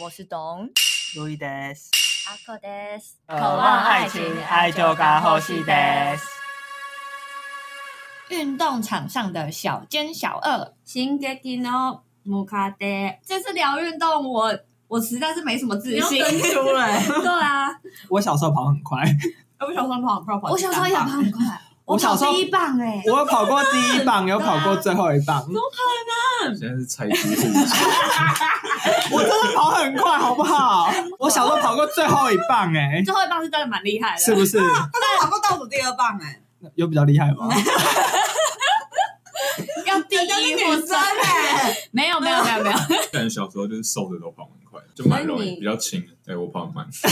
我是董路易德斯，阿克德斯，渴望爱情，爱就该呼吸德。运动场上的小奸小恶，新给基诺木卡德，这次聊运动我，我实在是没什么自信。出来。 对啊，我小时候跑很快， 我小时候跑跑跑，我小时候也跑很快，我小时候跑第一棒欸哎、我有跑过第一棒，有跑过最后一棒，现在是菜鸡互啄，我真的跑很快，好不好？我小时候跑过最后一棒、欸，最后一棒是真的蛮厉害的，是不是？但跑过倒数第二棒哎、有比较厉害吗？要第人家是一或女生哎、没有没有没有没有，但小时候就是瘦的都跑很快，就蛮容所以易你比较轻。对我跑很 慢，怎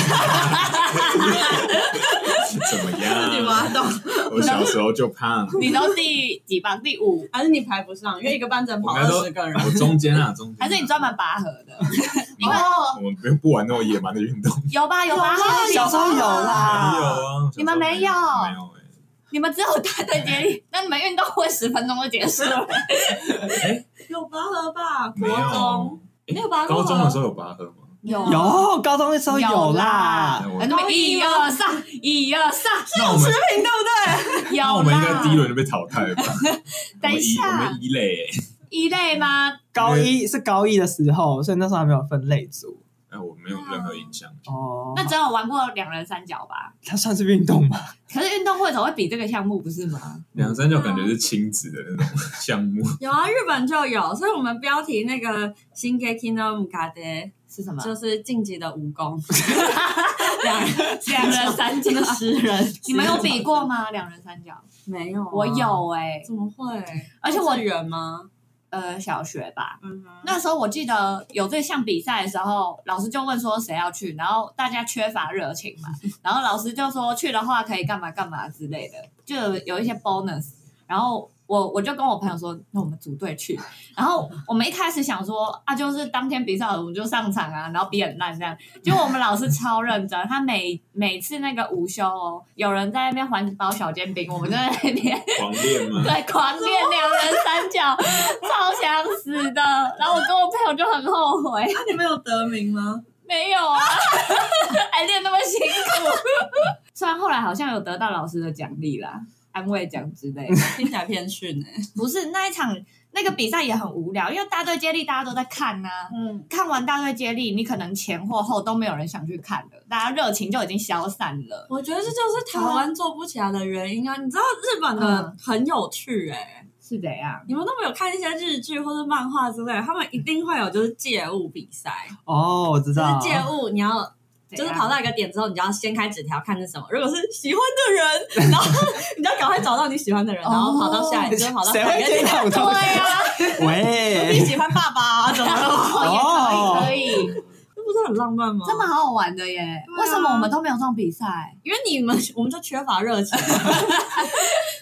么自己样？挖 洞，我小时候就胖，你都第几棒？第五，还是你排不上？因为一个班只能跑我二应该都十个人。我中间啊，中间啊。还是你专门拔河的？你看？我们不不玩那种野蛮的运动。有吧有啊拔河，小时候有没有啦，啊，你们没有小时候没有你们只有大队接力，那你们运动会十分钟就结束了。有拔河吧？没有国中没有拔河，高中的时候有拔河吗？有啊有高中的时候有啦有啦。很多一二上，一二上，那我们频对不有啦。 那我们应该第一轮就被淘汰了吧？ 等一下我们一我们一类。一类吗？高一是高一的时候，所以那时候还没有分类组哎，我没有任何印象。哦。那只有玩过两人三角吧？它算是运动吗？可是运动会总会比这个项目不是吗？两三角感觉是亲子的那种项目，嗯对？有啊，日本就有，所以我们标题那个新 g e k i n o m k a d 是什么？就是晋级的蜈蚣，两人两人三角 真的诗人，你们有比过吗？两人三角， 没有啊？我有哎、怎么会？而且我是人吗？呃，小学吧。嗯哼，那时候我记得有这项比赛的时候，老师就问说谁要去，然后大家缺乏热 情嘛，然后老师就说去的话可以干嘛干嘛之类的，就有有一些 bonus。然后我我就跟我朋友说，那我们组队去。然后我们一开始想说啊，就是当天比赛我们就上场啊，然后比很烂这样。结果我们老师超认真，他每每次那个午休哦，有人在那边环保小煎饼，我们就在那边狂练 吗？对，狂练两人三角，超想死的。然后我跟我朋友就很后悔，那你们有得名吗？没有 啊，还练那么辛苦。 虽然后来好像有得到老师的奖励啦，安慰奖之类的。听起来偏逊哎。不是那一场那个比赛也很无聊，因为大队接力大家都在看呐、啊嗯，看完大队接力，你可能前或后都没有人想去看了，大家热情就已经消散了。我觉得这就是台湾做不起来的原因啊！你知道日本的嗯很有趣哎、是怎样？你们都没有看一些日剧或者漫画之类，他们一定会有就是借物比赛，哦，我知就道是。借物，你要就是跑到到一个点之后，你就要掀开纸条看是什么。如果是喜欢的人，然后你就要赶快找到你喜欢 的人，哦然后跑到下一个，你就跑到谁下会一个接点。那种 对东西？啊，你喂，喜欢爸爸、啊、怎么了？ 哦，哦也可以可以。这不是很浪漫吗？这么好好玩的耶！对啊为什么我们都没有这种比赛？因为你们我们就缺乏热情，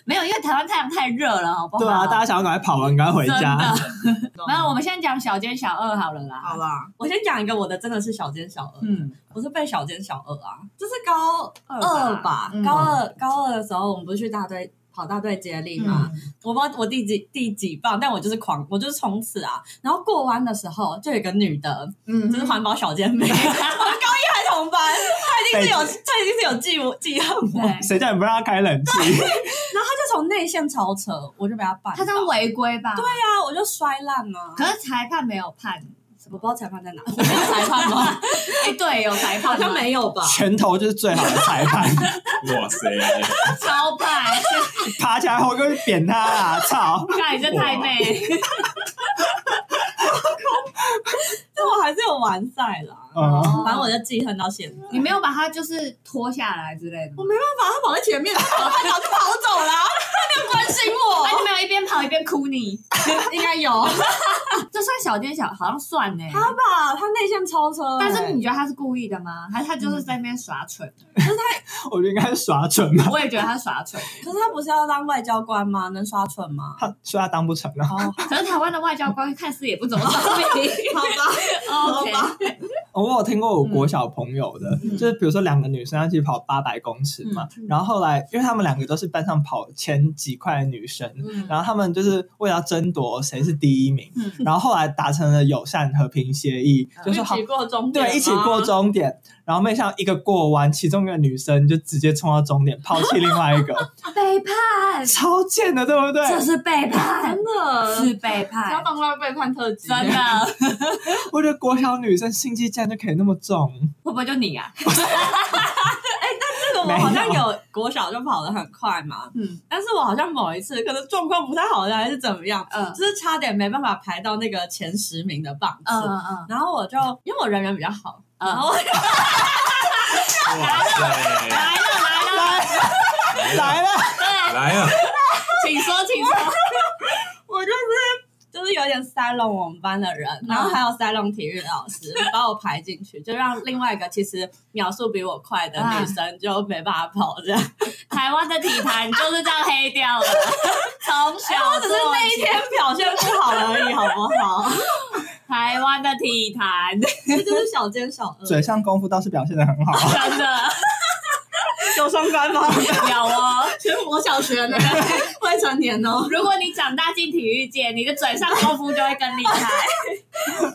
没有，因为台湾太阳太热了，好哦不好？对啊，大家想要赶快跑完，赶快回家。真的。 没有，我们先讲小奸小恶好了啦。好啦，我先讲一个我的，真的是小奸小恶。嗯，我是被小奸小恶啊，就是高二二吧，嗯高二高二的时候，我们不是去大队跑大队接嗯力吗？我不知道我第几第几棒，但我就是狂，我就是冲刺啊！然后过弯的时候，就有一个女的，嗯就是环保小煎 饼，我们高一还同班，她一定是有，她一定是有记我记恨我。对，谁叫你不让他开冷 气？她就从内线超车，我就被她绊倒，他这样违规吧？对啊，对啊，我就摔烂了。可是裁判没有判什我么不？知道裁判在哪，没有裁判吗？ 哎，对，有裁判好吗，像没有吧？拳头就是最好的裁 判，哇塞，超判，爬起来后就去扁他啊！操！看你这太妹。但我还是有完赛啦。哦嗯，反正我就记恨到现在。你没有把他就是拖下来之类的吗我？没办法，她跑在前面，她早就跑走了， 她没有关心我哎，。你没有一边跑一边哭你， 应该有， 这算小奸小，好像算呢。她吧，她内线超车、欸但是你觉得他是故意的吗？还是他就是在那边耍蠢？我觉得应该是耍蠢吧， 我也觉得他耍蠢。可是他不是要当外交官吗？能刷蠢吗？他说他当不嗯成了。啊 可是台湾的外交官看似也不怎么聪明。好吧，好吧。我有听过我国小朋友的，嗯就是比如说两个女生要去跑八百公尺嗯嘛，然后后来因为她们两个都是班上跑前几块的女生，嗯然后她们就是为了要争夺谁是第一名，嗯然后后来达成了友善和平协议，嗯就说一好起过终点吗，对，一起过终点，然后没想到一个过弯，其中一个女生就直接冲到终点，抛弃另外一个， 背叛，超贱的，对不对？这是背叛，真的是背要叛，放到背叛特辑，真的。我觉得国小女生心机竟然就可以那么重，会不会就你啊？这个我好像有国小就跑得很快嘛，嗯但是我好像某一次可能状况不太好的还是怎么样，嗯就是差点没办法排到那个前十名的棒嗯次。嗯然后我就因为我人缘比较好，嗯然后哇塞，来了，来啊！请说，请说。 我就是就是有点塞拢我们班的人，然嗯后还有塞拢体育老师 把我排进去，就让另外一个其实秒速比我快的女生就没办法跑这样。台湾的体坛就是这样黑掉了，从小哎我只是那一天表现不好而已，好不好？ 台湾的体坛 这就是小奸小恶，嘴上功夫倒是表现的很好，啊真的 有双关吗？ 有哦。全我小学 那个未成年哦。如果你长大进体育界，你的嘴上功夫就会更 厉害。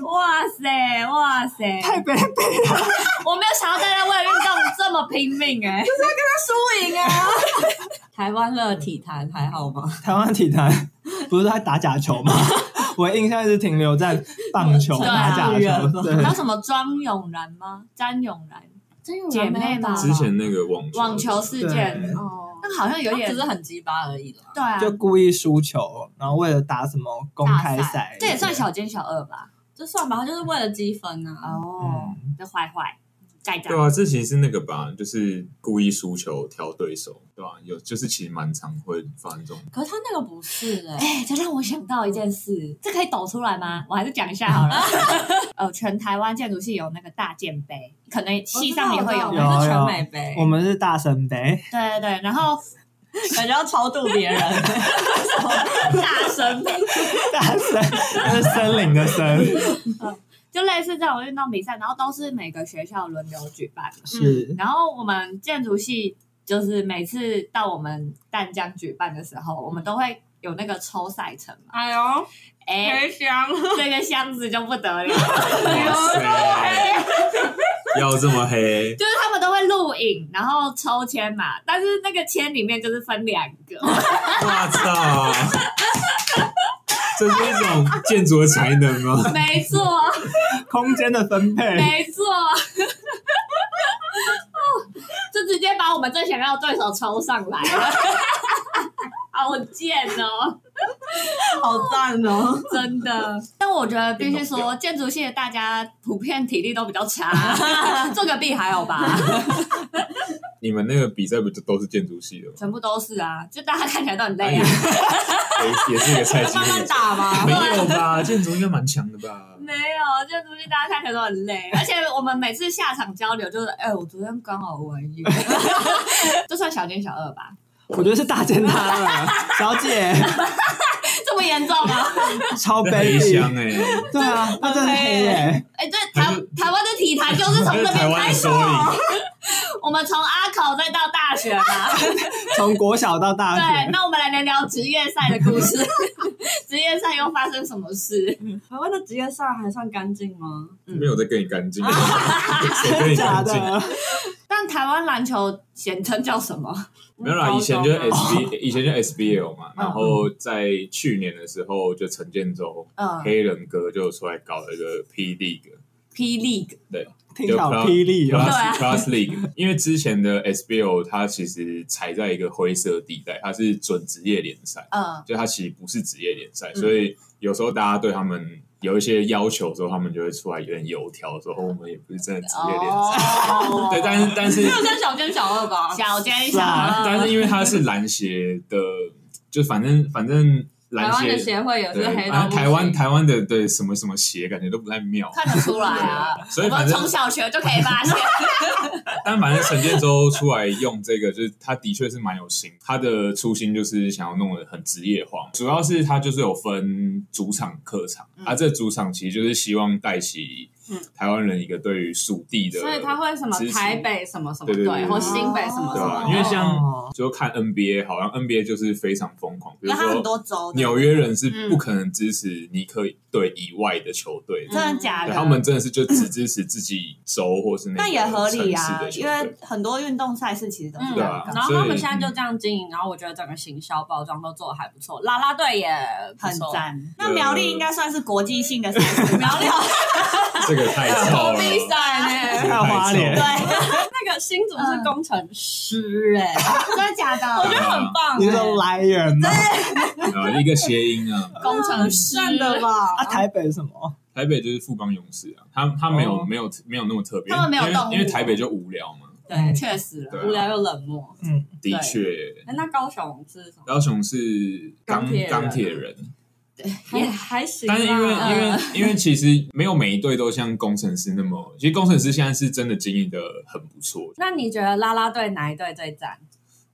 哇塞，哇塞！太卑鄙， 我没有想到大家为了运动这么拼命哎、输赢 啊！台湾的体坛还好吗？台湾体坛 不是都在打假球 吗？我印象一直停留在棒球、对打啊假球，对还有什么庄永然吗？詹永然真有姐妹吧之前那个网球网球事件对，哦，那个好像有有点点只是很鸡巴而已啦。对啊，就故意输球，然后为了打什么公开大赛，这也算小奸小恶吧？就算吧，他就是为了积分啊。哦，这坏坏盖章对啊，这其实是那个吧，就是故意输球挑对手，对吧、有就是其实蛮常会发生这种，可是他那个不是哎、哎、这让我想到一件事，这可以抖出来吗？我还是讲一下 好了。呃，全台湾建筑系有那个大建杯，可能系上也会有。我知对道我知道有我是全美杯，我们是大神 杯，对对，然后 感觉要超度别人。 大神杯大神，那是森林的森，就类似这种运动比赛，然后都是每个学校轮流举办。是然后我们建筑系就是每次到我们淡江举办的时候，我们都会有那个抽赛程嘛。哎呦，哎、香！这个箱子就不得了， 哎哇塞，要这么黑，就是他们都会录影，然后抽签嘛，但是那个签里面就是分两个，我操！这是一种建筑的才能吗？没错，空间的分配，没错， 哦就直接把我们最想要的对手抽上来了， 好贱哦，好赞哦！真的。但我觉得必须说，建筑系的大家普遍体力都比较差， 做个弊还好吧， 你们那个比赛不就都是建筑系的吗？全部都是啊，就大家看起来都很累啊。也也是一个菜鸡慢，慢打吧啊没。有吧？建筑应该蛮强的吧？ 没有，建筑系大家看起来都很累，而且我们每次下场交流就是，哎、我昨天刚好玩一个， 这算小奸小恶吧？我觉得是大奸他了，小姐，这么严重吗？超那黑卑鄙箱，哎、对啊，那真的黑耶，哎、这台台湾的体坛就是从这这是台边湾开的始缩，影。我们从阿考再到大 学嘛。从国小到大对，学，那我们来聊聊职业赛的故 事，职业赛又发生什么事？台湾的职业赛还算干净吗？没有在跟你干净，谁跟 你假干净？的，但台湾篮球简称叫什么？没有啦，以前就高哎中啊 SB，以前就 SBL 嘛，然后在去年的时候，就陈建州嗯黑人哥就出来搞了一个 P League， ，P League。听起来好霹雳对哦，啊 Plus League，因为之前的 SBL 它其实踩在一个灰色地带，它是准职业联赛，嗯，就它其实不是职业联赛，嗯所以有时候大家对他们有一些要求的时候，他们就会出来有点油条，说哦，我们也不是真的职业联赛，哦对，但是但是就算小奸小恶吧。小奸小啊，但恶，是因为他是篮协的，就反正反正台篮湾的协协会也是黑对，到不反正行台湾台湾的对什么什么协感觉都不太妙，看得出来啊。所以我反们正从小学就可以发 现，但反正陈建州出来用这个，就是他的确是蛮有心，他的初心就是想要弄得很职业化，主嗯要是他就是有分主场客场，啊，这主场其实就是希望带起嗯台湾人一个对于属地的，所以他会什么支持台北什么什么对对对队，对或对新北什么对什么吧、队，因为像哦就看 NBA，好像 NBA 就是非常疯狂，比因如为它很说多州的，嗯纽约人是不可能支持尼克队以外的球队的。嗯真的假对的？他们真的是就只支持自己州或是那那个也合理城市啊的，球因队为很多运动赛事其实都是嗯这对样啊搞。然后他们所以现在就这样经营，然后我觉得整个行销包装都做的还不错，啦啦队也不很错。赞，那苗啊栗应该算是国际性的赛事，苗栗这个 太投糟了，比 赛呢？看花对莲，那个新竹是工程师哎、真的 假我的觉？得很棒、你说欸， lion 吗？啊，一个谐音啊。工程师赞的吧？啊，台北是什么？台北就是富邦勇士啊，他他没有、哦没有没有那么特别，他们没有因为动物因为台北就无聊嘛，对，确实了。对无啊、聊又冷漠。嗯，的确。哎、那高雄是什么？高雄是钢钢铁人钢铁人， 也还行啊吧，但是因为嗯因为因为其实没有每一队都像工程师那么，其实工程师现在是真的经营的很不错。那你觉得啦啦队哪一队最赞？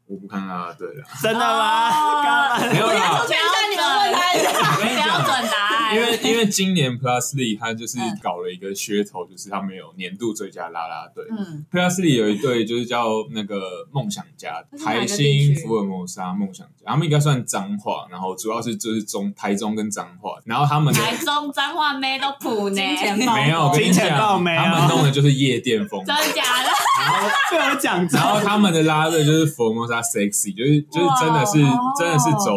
我不看啊，对 啦，真的吗？哦干嘛没有啦，全在你们问他一下，我跟你标讲，准答案，因为因为今年 Plus Lee 他就是嗯搞了一个噱头，就是他们有年度最佳啦啦队，嗯， Plus 里有一队就是叫那个梦想家这，是哪个台地区新、福尔摩沙、梦想家，他们应该算彰化，然后主要是就是中台中跟彰化，然后他们的台中彰化妹都普呢，金钱真豹没有，我跟你金钱豹讲，没有啊他们弄的就是夜店风，然的假的？后被我讲中然，后他们的拉队就是福尔摩沙 sexy，就是就是真的是哇真的是走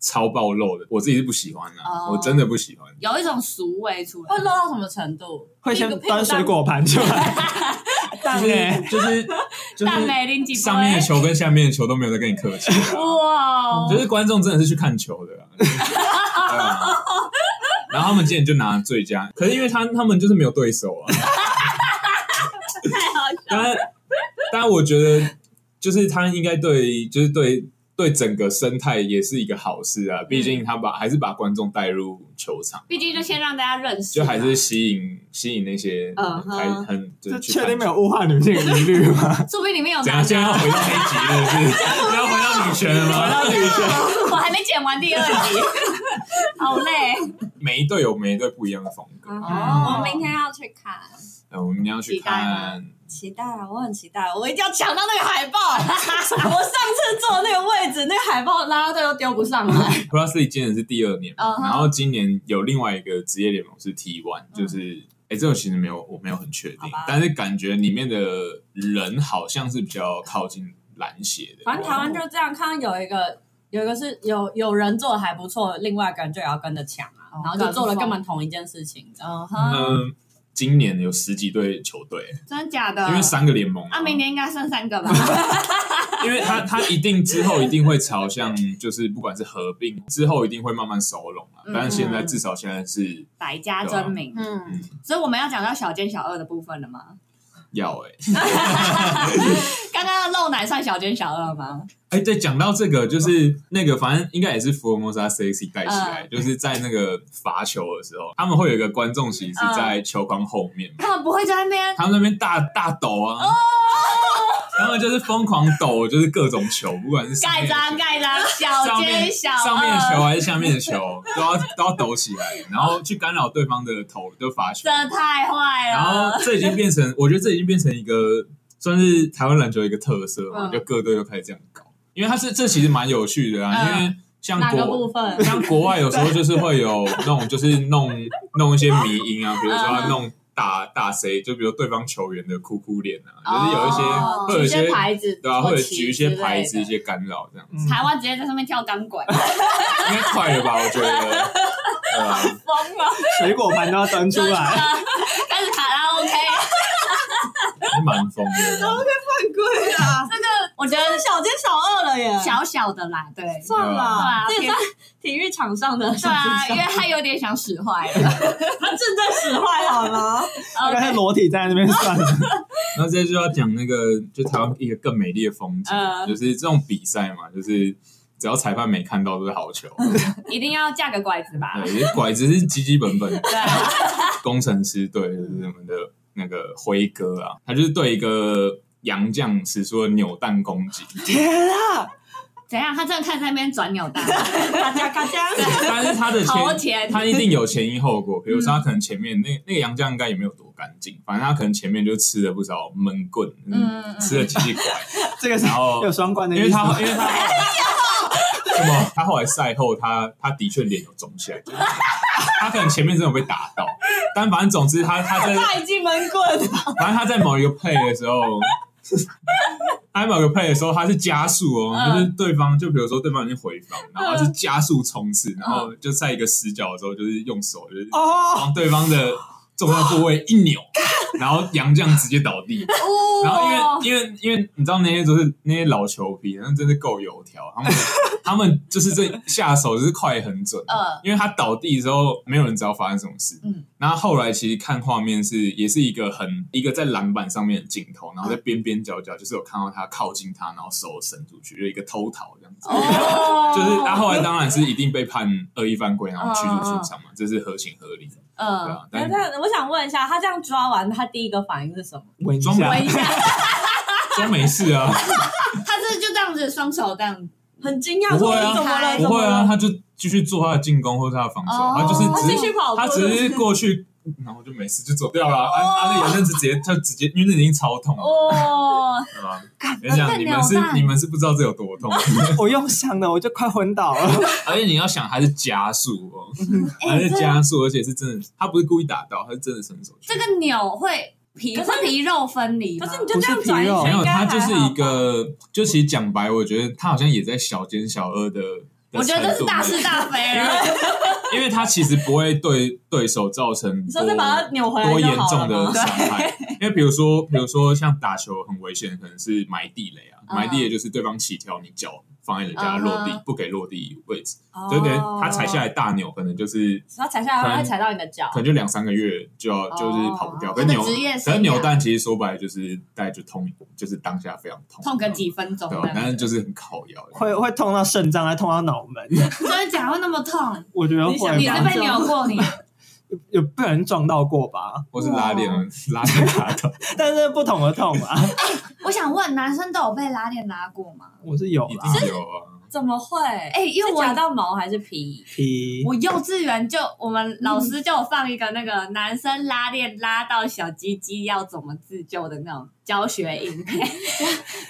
超暴露的，我自己是不喜欢的啊哦，我真的不喜欢。有一种俗味出来会，落到什么程度？会先端水果盘出来，蛋嘞，就是就但是没零几杯上面的球跟下面的球都没有在跟你客气啊。哦哇，就是观众真的是去看球的啦。 对啊然后他们今年就拿最佳，可是因为他他们就是没有对手啊。当然，当然，我觉得就是他应该对，就是对对整个生态也是一个好事啊。毕竟他把还是把观众带入球场，毕竟就先让大家认识就嘛，还是吸引吸引那些嗯哼还很就这去确看定没有物化女性疑虑吗？说不定里面有怎样？男现在要的，回到黑集是不是？要回到女权了吗？我还没剪完第二集，好累，每一队有每一队不一样的风格。嗯哦，我明天要去看，呃，我们要去期待吗看期待啊！我很期待，我一定要抢到那个海报。 我上次坐那个位置，那个海报拉拉队都丢不上来。 Plusly 今年是第二年嘛嗯哼嗯然后今年有另外一个职业联盟是 T One，就是哎、诶这个其实没有我没有很确定好吧，但是感觉里面的人好像是比较靠近篮协的。反正台湾就这样，看到有一个有一个是有有人做的还不错，另外一个人就也要跟着抢啊，然后就做了根本同一件事情。嗯嗯、哼，今年有十几队球队，真假的？因为三个联盟啊，明年应该剩三个吧？因为他他一定之后一定会朝向就是不管是合并之后一定会慢慢收拢啊，嗯但是现在至少现在是百家争鸣，哦嗯，所以我们要讲到小奸小恶的部分了吗？要哎、诶刚刚的漏奶算小奸小恶吗？哎，对，讲到这个，就是那个，反正应该也是福尔摩沙 sexy 带起来，嗯就是在那个罚球的时候，他们会有一个观众席是嗯在球框后面嘛，他们不会在那边，他们那边大大抖啊，哦他们就是疯狂抖，就是各种球，不管是上盖面的球章盖章，小上奸面小恶，上面的球还是下面的球，都要都要抖起来，然后去干扰对方的头，就罚球。这太哎坏然了后。这已经变成，我觉得这已经变成一个算是台湾篮球一个特色嘛，嗯就各队都开始这样搞，因为它是这其实蛮有趣的啊，嗯因为像哪个部国。分？像国外有时候就是会有那种，就是 弄弄一些迷音啊，比如说嗯要弄大大 C，就比如对方球员的哭哭脸啊，就是有一些哦会有一举些牌子，对啊，或者国旗举一些之类牌子、的一些干扰这样，嗯台湾直接在上面跳钢管，应该快了吧？我觉得，对啊，疯了。水果盘都要端出来，但是卡拉 OK，还蛮疯的。对啊，这个我觉真得是小奸小恶了耶！小小的啦，对，对算对啊了，这也对啊算体育场上的小啊，奸小因为恶，他有点想使坏了。他正在使坏好吗？大概是 OK，裸体在那边算了。然后这就要讲那个，就台湾一个更美丽的风景，嗯就是这种比赛嘛，就是只要裁判没看到都是好球，一定要架个拐子吧？对，拐子是基基本本的。对啊，工程师队就是我们的那个辉哥啊，他就是对一个洋将使出了扭蛋攻击，天啊！怎样？他真的看在那边转扭蛋，嘎嘎嘎嘎，但是他的投前钱，他一定有前因后果，比如说他可能前面那那个杨绛应该也没有多干净，反正他可能前面就吃了不少闷棍，嗯，嗯，吃了几几拐，这个是然 后有双关的因意为思他吗，因为他 什么？他后来赛后他他的确脸有肿起来，就是他可能前面真的被打到，但反正总之他他在太进门棍， 反正他在某一个 play 的时候，他在某个 play 的时候，他是加速哦，嗯就是对方就比如说对方已经回防，然后他是加速冲刺，然后就在一个死角的时候，就是用手就是哦，往对方的重要部位一扭，然后杨绛直接倒地。然后因为因为因为你知道那些都是那些老球皮，那真是够油条，他们他们就是这下手就是快很准。嗯因为他倒地之后，没有人知道发生什么事。嗯，然后后来其实看画面是也是一个很一个在篮板上面的镜头，然后在边边角角就是有看到他靠近他，然后手伸出去，就一个偷逃这样子。哦就是他后来当然是一定被判恶意犯规，然后驱逐出场嘛，这是合情合理的，对嗯，啊。但那我想问一下，他这样抓完，他第一个反应是什么？闻一装下没，都没事啊，他是就这样子双手这样，很惊讶，不说会啊你怎么了？不怎么会啊，了，他就继续做他的进攻或是他的防守，哦他他就是继只续跑步，他只是过去，然后就没事就走掉了。啊啊，那有阵子直接他直接，因为那已经超痛了，哦，对吧？跟你讲，你们那鸟是蛋你们是不知道这有多痛，我用香的，我就快昏倒 了。 而且你要想，还是加速哦，还哎，是这加速，而且是真的，他不是故意打到，他是真的伸手去这。个扭会皮可是会皮肉分离吗可是你就这样转一圈，没有，应该还好他就是一个，就其实讲白，我觉得他好像也在小奸小恶的。的我觉得这程是度大内是大非了。因为他其实不会对对手造成你多说再把它扭回来多就严好重了吗的？伤害。 因为比如说，比如说像打球很危险，可能是埋地雷啊，嗯埋地雷就是对方起跳，你脚放在人家的落嗯地哼，不给落地位置，哦所以等于他踩下来大扭，可能就是然后踩下来，它会踩到你的脚可。能就两三个月就要就是跑不掉。哦可是扭，他的职业啊生涯可是扭蛋其实说白了就是大概就痛，就是当下非常痛，痛个几分钟对这吧？但样是子，就是很烤腰。会会痛到肾脏，还痛到脑门，真的假会那么痛？我觉得你想会你吧是。被扭过你？有有被人撞到过吧？或是拉链拉链卡到，但是不同的痛啊， 我想问，男生都有被拉链拉过吗？我是有一啦。定有啊。怎么会？哎，哎，因为是我夹到毛还是皮？皮我幼稚园就我们老师就有放一个那个男生拉链拉到小鸡鸡要怎么自救的那种教学影片，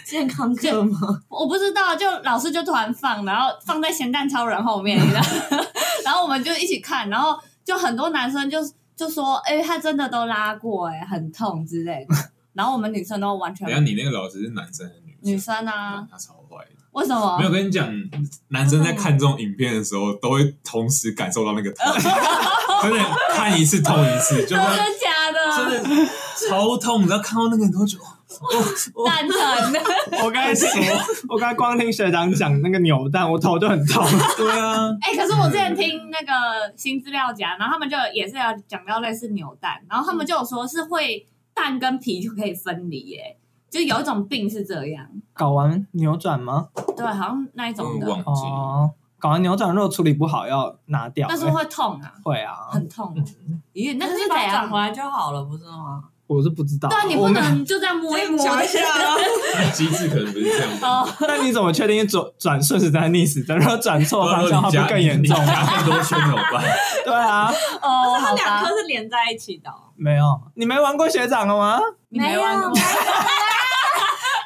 健康课吗？我不知道，就老师就突然放，然后放在咸蛋超人后面，你知道 然后我们就一起看，然后就很多男生就就说，哎、他真的都拉过、哎，很痛之 类的，然后我们女生都完全等一下你那个老师是男生还是女女生？生啊，哦他超坏的。为什么没？有跟你讲，男生在看这种影片的时候，都会同时感受到那个痛， 真的看一次痛一次，就真会的啊假真的？的超痛。你知道看到那个，你都会觉得哇蛋疼 的，我刚才听，我刚才光听学长讲那个扭蛋，我头就很痛。对啊，哎、可是我之前听那个新资料夹，然后他们就也是要讲到类似扭蛋，然后他们就有说是会蛋跟皮就可以分离，耶，就有一种病是这样，搞完扭转吗？对，好像那一种嗯的，忘记。哦，搞完扭转如果处理不好要拿掉、但是会痛啊，会啊，很嗯痛、咦，那可是是怎把它转样回？来就好了，不是吗？我是不知道。对啊，你我不没有能就这样摸一摸。啊，机制可能不是这样的。哦， 那你怎么确定转转顺时针还是逆时针？如果转错方向，你话夹不更严你重？夹更多圈怎么办？对啊，哦，它好两吧颗，是连在一起的哦。没有，你没玩过学长了吗？你没玩啊过，学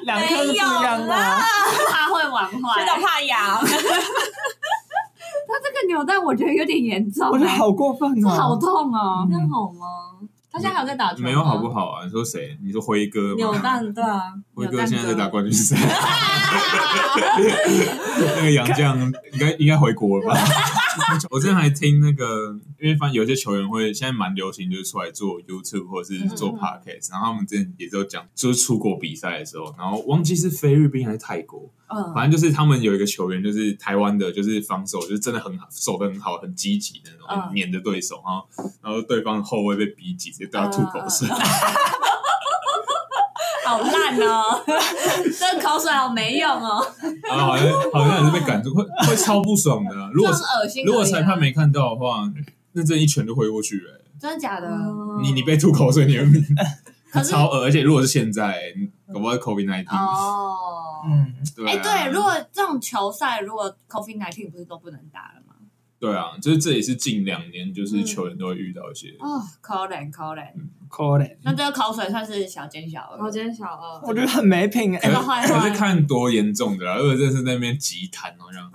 两颗是不一样没有的啊。他会玩坏。长怕痒，他这个扭蛋我觉得有点严重、我觉得欸，好过分这哦！好痛哦。这样好吗？他现在还有在打球吗嗯没有好不？好啊？你说谁？你说辉哥吗？扭蛋对 啊，辉哥现在在打冠军赛，那个杨绛应该应该回国了吧？我之前还听那个，因为反正有些球员会现在蛮流行，就是出来做 YouTube 或者是做 Podcast，、然后他们之前也都讲，就是出国比赛的时候，然后忘记是菲律宾还是泰国，嗯，反正就是他们有一个球员，就是台湾的，就是防守就是真的很好，守的很好，很积极的那种，嗯撵着对手，然后然后对方后卫被逼急，直接对他吐口水。嗯 好烂哦，这口水好没用哦，啊，好像好像也是被赶出，会会超不爽的啊、如这果很恶心而已啊。如果裁判没看到的话，那这一拳就挥过去了、欸真的假的？你你被吐口水，你会嗯 可是超恶。而且如果是现在，搞不好 COVID nineteen，哦，嗯，对哎，啊，对，如果这种球赛，如果 COVID nineteen 不是都不能打了吗？对啊，就是这也是近两年就是嗯球员都会遇到一些，哦，可怜可怜，可怜，那这个口水算是小奸小然后恶，今天小二，我觉得很没品哎、可这是个坏可坏是看多严重的啦，如果真的是在那边急弹哦，这样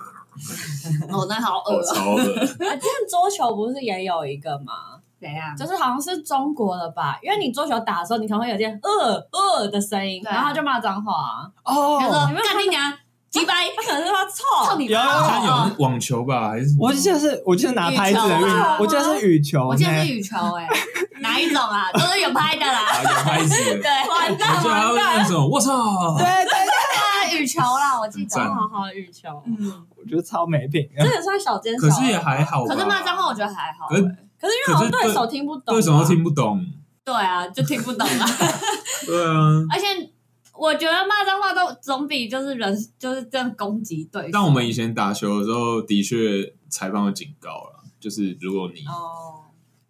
我真的好恶哦哦，超恶， 哎，之前桌球不是也有一个吗？ 怎样？就是好像是中国的吧，因为你桌球打的时候，你可能会有点呃呃的声音，对然后他就骂脏话啊，他哦，说干你娘，鸡掰，哎他可能是他操臭，你有有妈！好像有哦啊有网球吧，还是什么我记得是，我记得拿拍子的羽运球啊，我记得是羽球呢，我记得是羽球，哎，哪一种啊？都是有拍的啦， 啊有拍子 的，完我啊蛋记得还完会蛋，那种我操，对对对，啊，羽球啦，我记很赞得。好好羽球，嗯，我觉得超没品的这。也算小奸小可恶。啊是也还，好吧，可是骂脏话我觉得还好可是欸。可是因为好像可是对对手听不懂啊，对什么都听不懂，对啊，就听不懂啊。对啊，哎而且我觉得骂脏话都总比就是人就是这样攻击对手。但我们以前打球的时候，的确裁判会警告了，就是如果你，哦，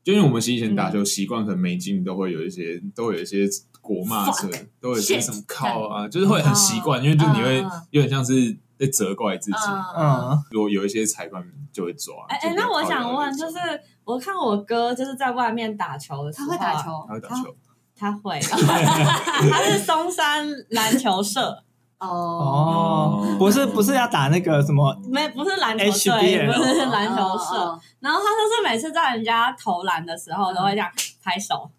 就因为我们以前嗯打球习惯，可能每进都会有一些，都会有一些国骂声，都有一些 Shit 什么靠啊，就是会很哦习惯，因为就你会嗯嗯有点像是在责怪自己。嗯，嗯，如果有一些裁判就会抓。哎就哎，比较那我想靠问，右就的是我看我哥就是在外面打球的时他候，啊会打，球他会打球，他会， 他是松山篮球社，哦，哦，不是不是要打那个什么，没不是篮球 HBL 队，哦不是篮球社，哦，然后他就是每次在人家投篮的时候都会这样拍手，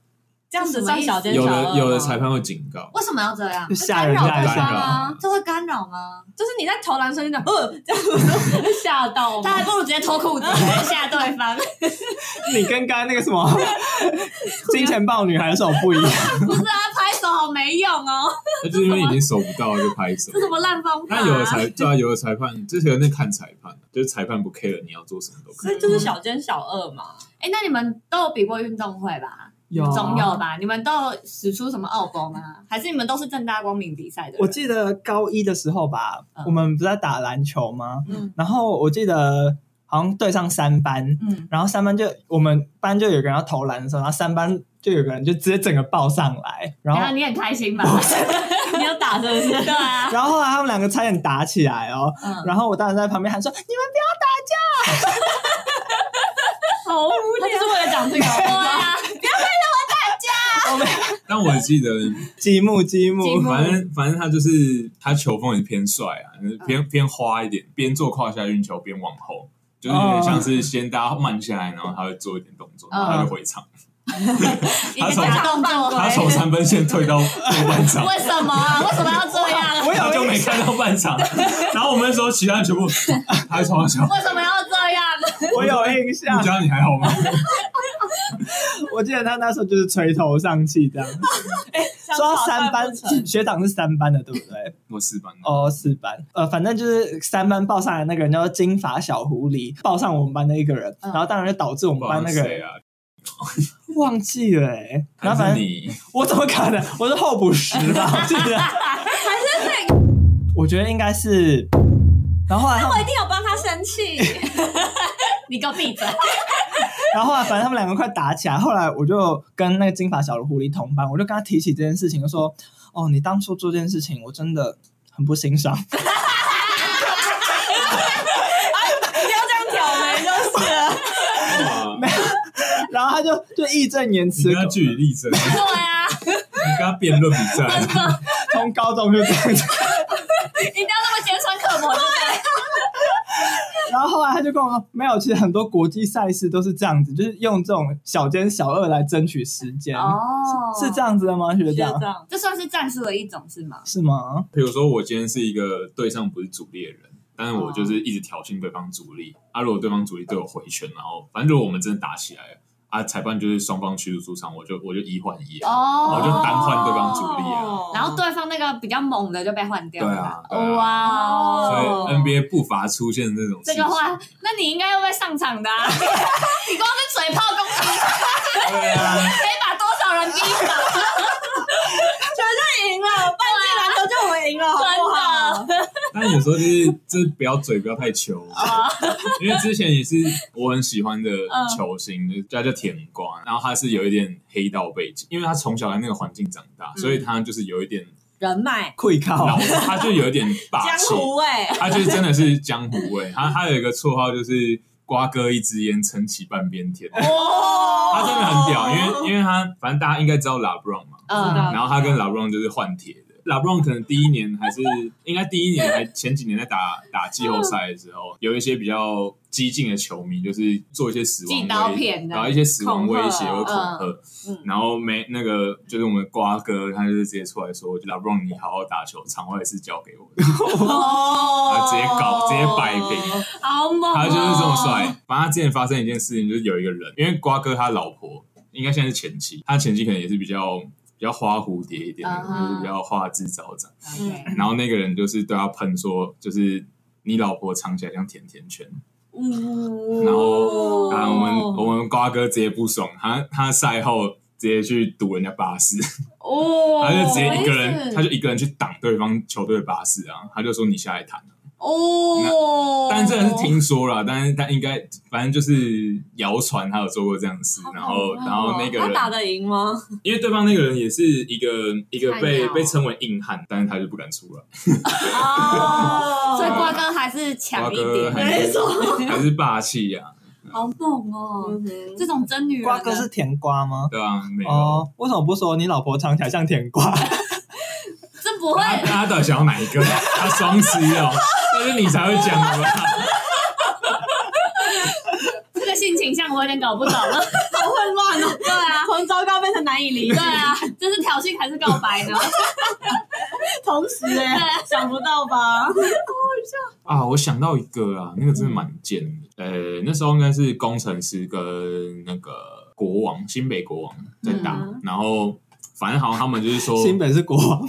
这样子算小奸小有恶吗的有的裁判会警告，为什么要这样就？吓人干家一扰对下方。啊，这会干扰吗？就是你在投篮瞬间 的，呃，这样子 会吓到他还吗？不如直接脱裤子吓对方。 你跟刚刚那个什么金钱豹女孩的手不一样，不是啊，拍手好没用哦，那就是因为已经守不到就拍手这。什么烂方法啊？那有的裁对啊，有的裁判就是有那看裁判，啊就是裁判不 care 你要做什么都可所以。以就是小奸小恶嘛。哎，那你们都有比过运动会吧？有啊总有吧？你们都有使出什么奥攻吗？还是你们都是正大光明比赛的人？我记得高一的时候吧嗯，我们不是在打篮球吗？嗯然后我记得好像对上三班，嗯，然后三班就我们班就有个人要投篮的时候，然后三班就有个人就直接整个抱上来，然然后后你很开心吧？你有打是不是？对啊，然后后来他们两个差点打起来哦，嗯，然后我当时在旁边喊说：“你们好无他就是为了讲这个。聊哦啊！不要，我们但我记得积木积木，积木反正反正他就是他球风也偏帅啊，偏偏花一点，边做胯下运球边往后，就是有点像是先大家慢下来，然后他会做一点动作，然后他就回场。一个假动作，他从三分线退到后半场，欸为什么啊？为什么要这样？我他就有 没印象看到半场。然后我们那时候其他人全部他在床上，为什么要这样？我有印不象，知道你还好吗？我记得他那时候就是垂头丧气 这样。哎说到三班学长是三班的，对不对？ 我四班的，哦，四班，呃，反正就是三班报上来那个人叫做金发小狐狸，报上我们班的一个人，嗯然后当然就导致我不们知道班那是个谁人啊？忘记了、欸，然后反还是正 你我怎么可能？我是候补十吧，我记得，还是那个，我觉得应该 是。然后后来他我一们，定有帮他生气。你给我闭嘴！然后后来反正他们两个快打起来，后来我就跟那个金发小狐狸同班，我就跟他提起这件事情，就说：“哦，你当初做这件事情，我真的很不欣赏。”不要这样挑眉就是了。哇然后他就就义正言你辞跟，他据理力争，你对啊，跟他辩论比赛，从高中就这样子。 一定要那么尖酸刻 薄，然后后来他就跟我说，没有，其实很多国际赛事都是这样子，就是用这种小奸小恶来争取时间，哦是这，样子的吗，学学长？长，这算是战术的一种是吗？是吗？ 比如说，我今天是一个对象不是主力的人，但是我就是一直挑衅对方主力。啊，如果对方主力对我回拳，然后反正如果我们真的打起来了，啊，裁判就是双方驱逐出场，我就我就一换一啊。哦我就单换对方主力啊然哦后对方那个比较猛的就被换掉了。对啊对啊哇所以哦！ NBA 不乏出现这种事这情个，话，那你应该要被上场 的、啊。你光是嘴炮攻击，对啊，可以把多少人逼死？啊队赢了，半季篮球就我们赢了，好不好？ 但有时候就是就是不要嘴不要太哦球， 因为之前也是我很喜欢的嗯球星，他叫甜嗯瓜，然后他是有一点黑道背景，因为他从小在那个环境长大，所以他就是有一点人脉、溃然靠啊后，他就有点霸啊江气，湖味。他就是真的是江湖味。他他有一个绰号就是瓜哥一支烟撑起半边天，哦他真的很屌，因为因为他反正大家应该知道 LeBron 嘛，知道 嗯，然后他跟 LeBron 就是换铁的。LeBron 可能第一年还是应该第一年还前几年在打打季后赛的时候，有一些比较激进的球迷，就是做一些死寄亡刀威，片然后的一，些死亡威胁恐或吓恐吓嗯，然后没那个就是我们瓜哥，他就是直接出来说，LeBron 你好好打球，场外的事交给我，哦他直接搞直接摆平。好猛、哦！哦他就是这么帅。反正他之前发生一件事情，就是有一个人，因为瓜哥他老婆应该现在是前妻，他前妻可能也是比较比较花蝴蝶一啊点的嗯哼就是比较花枝招展。嗯 OK 然后那个人就是对他喷说，就是你老婆藏起来像甜甜圈。嗯。然后啊，我们我们瓜哥直接不爽，他他赛后。直接去堵人家巴士，哦，他就直接一个我也人，是他就一个人去挡对方球队的巴士啊，他就说你下来谈啊哦，但这个是听说啦，但是他应该反正就是谣传他有做过这样的事好，然后恐怖哦然后那个他打人，得赢吗？因为对方那个人也是一个一个菜被鸟被称为硬汉，但是他就不敢出来，哦，所以瓜哥还是强一瓜哥点，还没是还是霸气啊呀，好猛哦，这种真女人瓜啊呢，哥是甜瓜吗？对啊，没有，哦哦，为什么不说你老婆唱起来像甜瓜？这不会他他到底想要哪一个？他双吃哦，但是你才会讲的吧？ 这个性倾向我有点搞不懂好了。混乱哦，对啊， 从糟糕变成难以 理对啊，这是挑衅还是告白呢？同时哎，想不到 吧？啊，我想到一个啊，那个真的蛮贱的。嗯呃，那时候应该是工程师跟那个国王，新北国王在打，嗯然后反正好像他们就是说，新北是国王，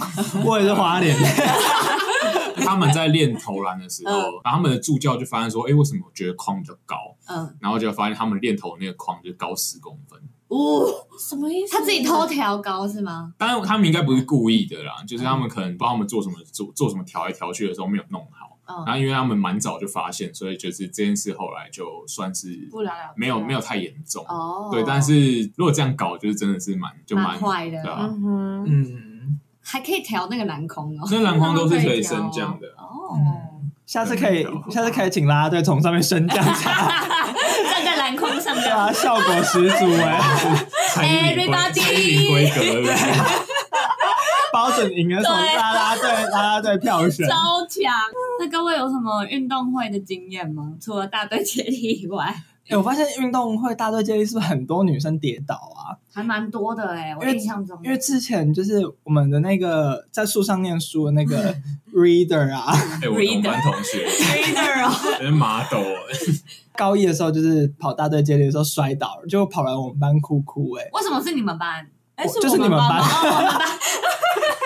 我也是花莲。 他们在练投篮的时候，然后他们的助教就发现说，哎、为什么我觉得框比较高？嗯，然后就发现他们练投那个框就高十公分。哦，什么意思？他自己偷调高是吗？当然，他们应该不是故意的啦，就是他们可能不知道他们做什么做做什么调来调去的时候没有弄好。嗯然后因为他们蛮早就发现，所以就是这件事后来就算是不了了之，没有没有太严重。啊哦，对，但是如果这样搞，就是真的是蛮就蛮蛮坏的对啊，嗯哼，嗯，还可以调那个篮空哦。那篮筐都是可以升降 的，啊哦，嗯下次可以，嗯下次可以请啦啦队从上面升降 下来， 站在篮空上对面，啊，效果十足哎、 餐饮规 Everybody 餐饮规格的。保准赢了从对啦啦队啦啦队票选。超强。那各位有什么运动会的经验吗？除了大队接力以外，哎、我发现运动会大队接力是不是很多女生跌倒啊？还蛮多的哎，我因为印象中因为之前就是我们的那个在树上念书的那 个 reader 啊，哎，我同班同学， Reader 哦， 人麻豆，高一的时候就是跑大队接力的时候摔倒了，就跑来我们班哭哭哎、为什么是你们班？哎，我就是我你们班班吗，哦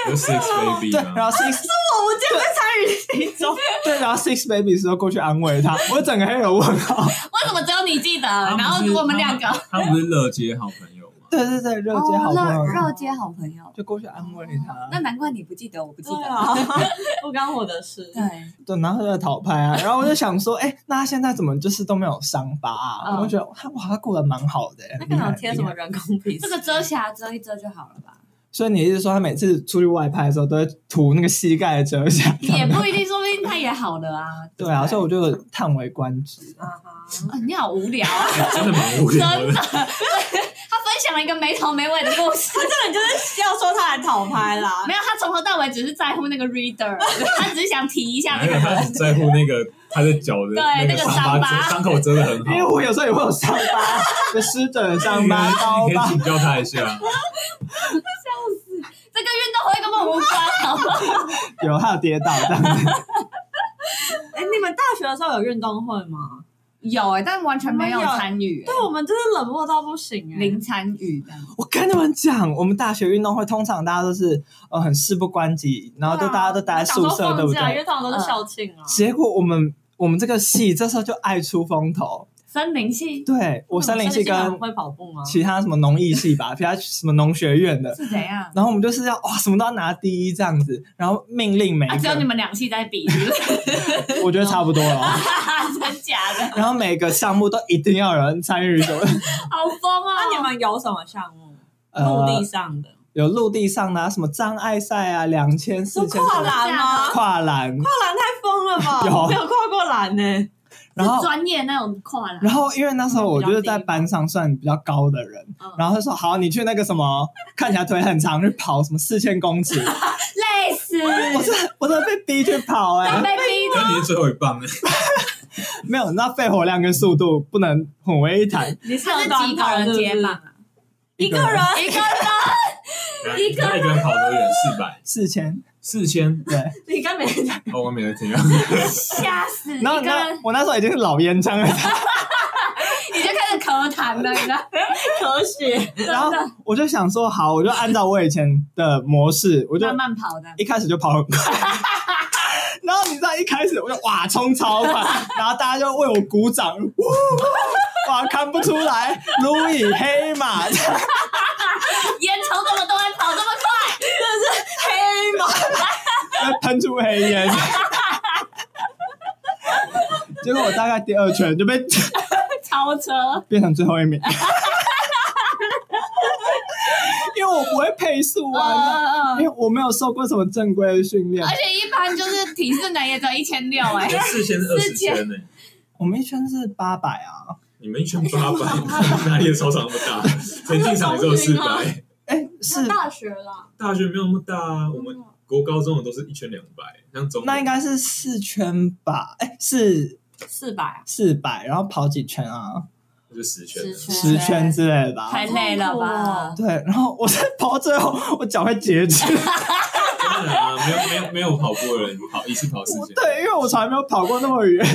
有 six baby 对，吗？然后啊 six 我竟然参与其中，对，然后 six baby 时候过去安慰他，我整个黑人问号。为什么只有你记得？他然不后是我们两个他们不是乐街好朋友吗？对对对，热街好朋哦友热热街好朋友，就过去安慰他。那难怪你不记得，我不记对得。啊，不干我的事，对，对，然后他就在逃拍啊，然后我就想说，哎、那他现在怎么就是都没有伤疤啊？嗯我就觉得他哇，他过得蛮好的、欸。那个厉害能贴什？么厉害人工皮？这个遮瑕遮一遮就好了吧？所以你是说他每次出去外拍的时候都会涂那个膝盖的遮瑕？也不一定，说不定他也好的啊。对啊，所以说我就叹为观止。啊哈，你好无聊啊，哎真的蛮无聊的。 他分享了一个没头没尾的故 事。他根本就是要说他来讨拍 啦没，有，他从头到尾只是在乎那个 reader，他只是想提一下还那个有他人。只在乎那个他的脚的对那个个伤伤疤疤，伤口真的很因为好。我有时候也会有伤 疤，有湿疹、伤疤、 刀你可以疤。请教他一下。这个运动会根本无关，啊好吗？有他有跌倒这样子，哎，你们大学的时候有运动会吗？ 有哎、但完全没有没有参与、欸对，我们真的冷漠到不行哎，零参与的。我跟你们讲，我们大学运动会通常大家都是呃很事不关己，然后都对啊大家都待在宿舍，对不我想说放假因对？为通常都是校庆啊。结果我们我们这个系这时候就爱出风头，森林系对我那森你林们系很跟会跑步吗？其他什么农艺系吧，其他什么农学院的，是怎样？然后我们就是要哇什么都要拿第一这样子，然后命令每啊，一只有你个，们两系在比，是不是我觉得差不多了。真假的？然后每个项目都一定要有人参与什么，好疯哦！那你们有什么项目？呃陆地上的有陆地上的、啊、什么障碍赛啊，两千、四说千，跨栏吗？跨跨栏，栏太疯了吧！有没有跨过栏呢、然后是专业那种跨栏，然后因为那时候我就是在班上算比较高的人，嗯然后他说好，你去那个什么看起来腿很长去跑什么四千公尺， 累死，我真的我真的被逼去跑哎、被逼哦的。那你是最后一棒，没有，你知道肺活量跟速度不能混为一谈，你是他是几个人接棒啊？一个人，一个人，一个一个人跑多远？四百、四千，四千？对，你刚没哦，我没有听。吓死！一然后个那人我那时候已经是老烟枪了，你就开始咳痰了，你知 道？咳血，然后我就想说好，我就按照我以前的模式，我就慢慢跑的，一开始就跑很 快。然后你知道一开始我就哇冲超快，然后大家就为我鼓掌，呜哇看不出来，路易黑马， 烟抽这么多，还跑这么快，黑马喷出黑 烟。结果我大概第二圈就被超车，变成最后一名， 因为我不会配速啊，嗯嗯因嗯，为我没有受过什么正规的训练而。且一般就是体适能也只有一千六哎，四千是二十圈呢，我们一圈是八百啊，你们一圈八百，哪里的操场那么大？田径场也只有四百，哎是大学了，大学没有那么大啊。我们国高中的都是一圈两百，像中那应该是四圈吧？哎是四百，四百，然后跑几圈啊？就十圈，十圈十圈之类的吧。太累了吧？对，然后我在跑到最后，我脚会截肢。当然啊，没有没有没有跑过的人跑一次跑四圈，对，因为我从来没有跑过那么远，真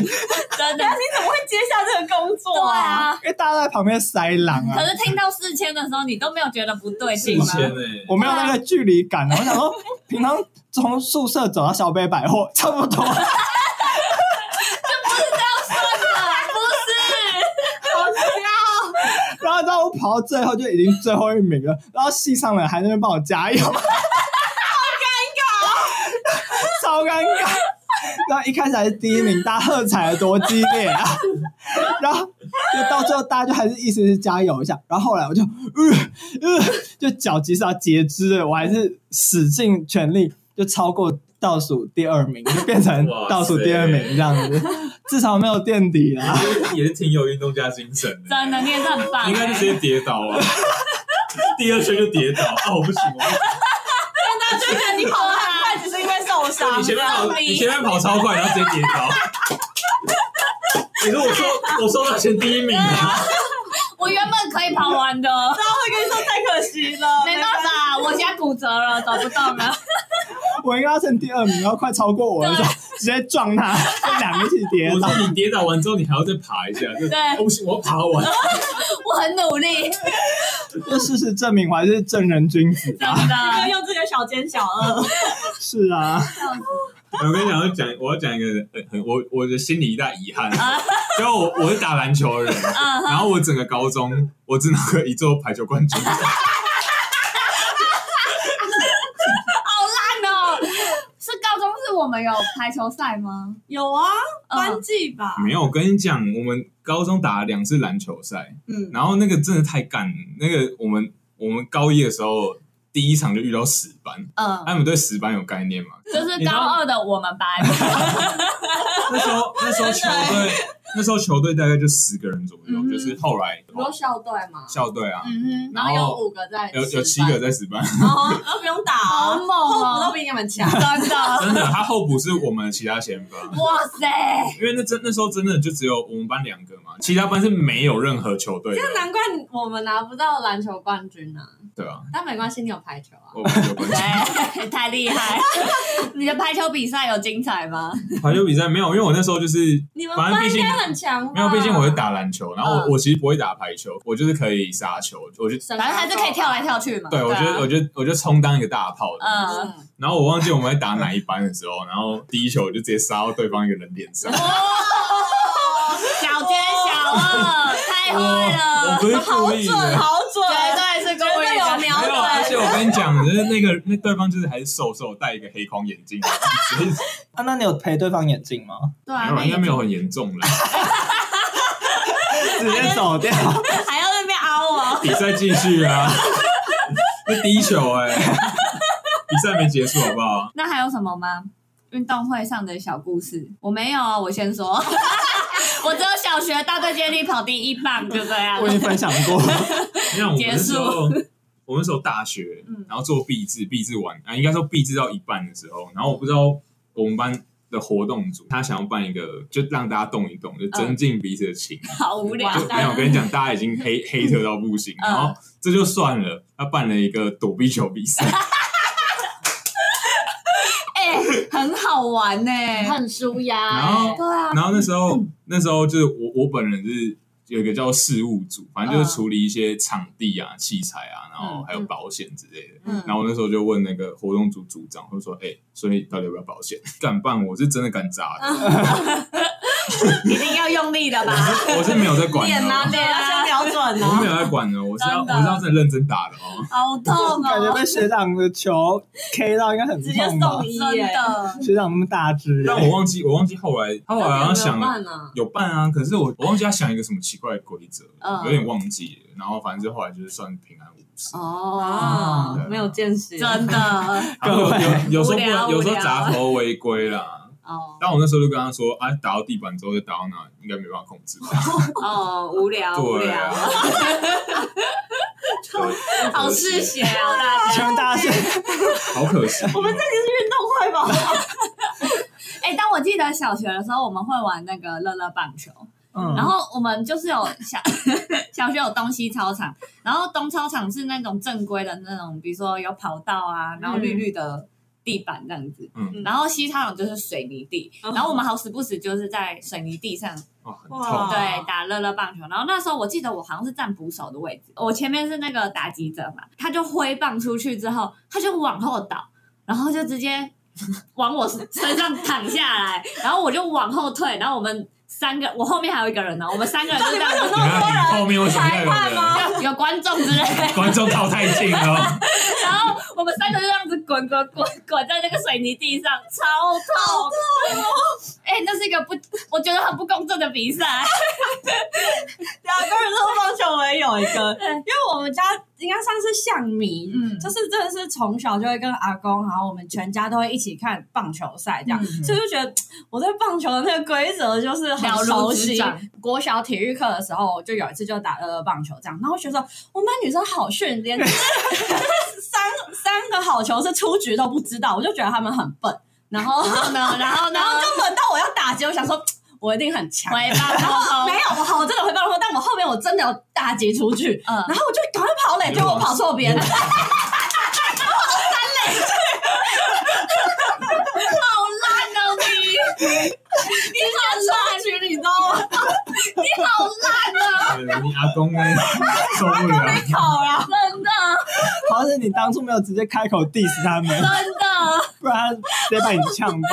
的，怎么会接下这个工作对啊？啊。因为大家都在旁边塞狼啊可。是听到四千的时候，你都没有觉得不对四劲吗？千欸呢。我没有那个距离感啊，我想说，平常从宿舍走到小北百货差不多，啊然不后你知道我跑到最后就已经最后一名了，然后系上人还在那边帮我加油，好尴 尬，超尴尬。然后一开始还是第一名，大家喝彩得多激烈啊！ 然后就到最后，大家就还是意思是加油一下。然后后来我就，呃呃，就脚即使要截肢了，我还是使尽全力，就超过倒数第二名，就变成哇塞倒数第二名这样子，至少没有垫底啦。也是挺有运动家精神是，的，真的你也是很棒欸，应该就直接跌倒啊，第二圈就跌倒，哦，不行，我不行大家觉得你跑得很快，只是因为受伤。你前面跑，你你前面跑超快，然后直接跌倒。你说我说我说到前第一名啊，我原本可以跑完的，然后会跟你说太可惜了，没办法，我现在骨折了，走不动 了。我应该要成第二名，然后快超过我的时候，直接撞他，就两个一起跌我倒。说你跌倒完之后你还要再爬一下，就对哦不行，我要爬完。我很努力，真这事实证明我还是正人君子啊！ 法，的。用这个小奸小恶，是啊，我跟你讲，我要讲我要讲一个很很我我的心里一大遗憾，因为我我是打篮球的人，然后我整个高中我只拿过一座排球冠军，好烂哦！是高中是我们有排球赛吗？ 有啊，嗯班级吧，没有。我跟你讲，我们高中打了两次篮球赛，嗯，然后那个真的太干了，那个我们我们高一的时候第一场就遇到死班，嗯，他们对死班有概念吗？就是高二的我们班，那时候那时候球队那时候球队大概就十个人左右，嗯哼就是后来有校队吗？校队啊，嗯哼，然然后后有五个在，有有七个，在死班， 哦，都不用打，好猛哦我都比你们强。真的，真的，他候补是我们其他啊先发，哇塞！因为那真那时候真的就只有我们班两个嘛，其他班是没有任何球队的，难怪我们拿不到篮球冠军呢，对啊，但没关系，你有排球啊。我们有关系。对， 太厉害！你的排球比赛有精彩吗？排球比赛没有，因为我那时候就是你们反正班毕应竟该很强吧，没有，毕竟我是打篮球，然后我、嗯哦我其实不会打排球，我就是可以杀球，我就省篮反球吧，正还是可以跳来跳去嘛。对我啊觉得我觉得我就充当一个大炮的。嗯，嗯。然后我忘记我们在打哪一班的时候，然后第一球我就直接杀到对方一个人脸上。小娟、小二，太我会了！不是好故意准，的。好准，绝对是跟我绝对有瞄没有，啊而且准。我跟你讲，就是那个那对方就是还是瘦瘦，戴一个黑框眼 镜，所以啊，那你有赔对方眼镜吗？对没啊，有，那应该没有很严重啦。直接走掉，还要在那边凹我， 比赛继续啊，那第一球哎、比赛没结束好不好？那还有什么吗？运动会上的小故事，我没有，啊我先说， 我只有小学大队接力跑第一棒，就这样我。已经分享过，哦你看我们结那时束候，我们那时候大学嗯，然后做毕制，毕制完啊，应该说毕制到一半的时候，然后我不知道我们班的活动组他想要办一个，就让大家动一动，就增进彼此的情谊。好嗯无聊嗯就没有，我跟你讲，大家已 经黑黑特到不行，嗯然后这就算了，他办了一个躲避球比 赛，哎、很好玩呢、很舒压、然后欸。对啊，然后那时候，那时候就是我我本人是有一个叫事务组，反嗯正就是处理一些场地啊、器材啊，然后还有保险之类的。嗯然后我那时候就问那个活动组组长，我就说：“哎、所以到底要不要保险？ 敢办，我是真的敢砸嗯的，一定要用力的吧？我是没有在管的脸啊哦，脸啊，要瞄准我是没哦，有在管的，我是要真的我是要真的认真打的哦。 好痛感觉哦，被学长的球 K 到，应该很直接痛吧送？医真耶。的。学长那么大只，欸但我忘记我忘记后来他后来好像想了办啊，有办啊，可是我我忘记他想一个什么奇怪的规则，嗯有点忘记了。然后反正就后来就是算平安无事。哦，啊，没有见识，真的他们有有 有时候不无能，聊有时候无聊砸头违规 啦。哦但我那时候就跟他说啊，打到地板之后就打到哪，应该没办法控制吧？哦，无聊无 对啊聊，，对 好嗜血哦，大请家。问大家 是好可惜哦。我们运动会吧？哎，但我记得小学的时候，我们会玩那个乐乐棒球，嗯，然后我们就是有小 小学有东西操场，然后东操场是那种正规的那种，比如说有跑道啊，然后绿绿的地板这样子，嗯然后西操场就是水泥地，嗯然后我们好死不死就是在水泥地上哦很哇痛，对，打乐乐棒球。然后那时候我记得我好像是站捕手的位置，我前面是那个打击者嘛，他就挥棒出去之后，他就往后倒，然后就直接 往我身上躺下来，然后我就往后退，然后我们三个，我后面还有一个人呢，我们三个人就这样你 看你后面为什么要有裁判吗人就有观众之类的，观众靠太近 了？然后我们三个就这样子滚滚滚滚在那个水泥地上，超痛！哎、那是一个不，我觉得很不公正的比赛。两个人都棒球，我也有一 个，因为我们家应该算是象迷，嗯就是真的是从小就会跟阿公，然后我们全家都会一起看棒球赛这样，嗯所以就觉得我对棒球的那个规则就是很了如熟指悉掌。国小体育课的时候，就有一次就打乐乐棒球这样，然后我觉得说我们班女生好训 练，就是三三个好球是出局都不知道，我就觉得他们很笨。然后，然后呢，然后呢然，后就轮到我要打击，我想说我一定很强，回棒然后没有，我好真的回报说，但我后面我真的有大击出去，嗯然后我就赶快跑垒，结果我跑错边，好好烂哦你！烂局，你知道吗？你好烂啊！对你阿公呢？ 受不了。没考啦，真的，好像是你当初没有直接开口 diss 他们，真的，不然他直接把你呛爆。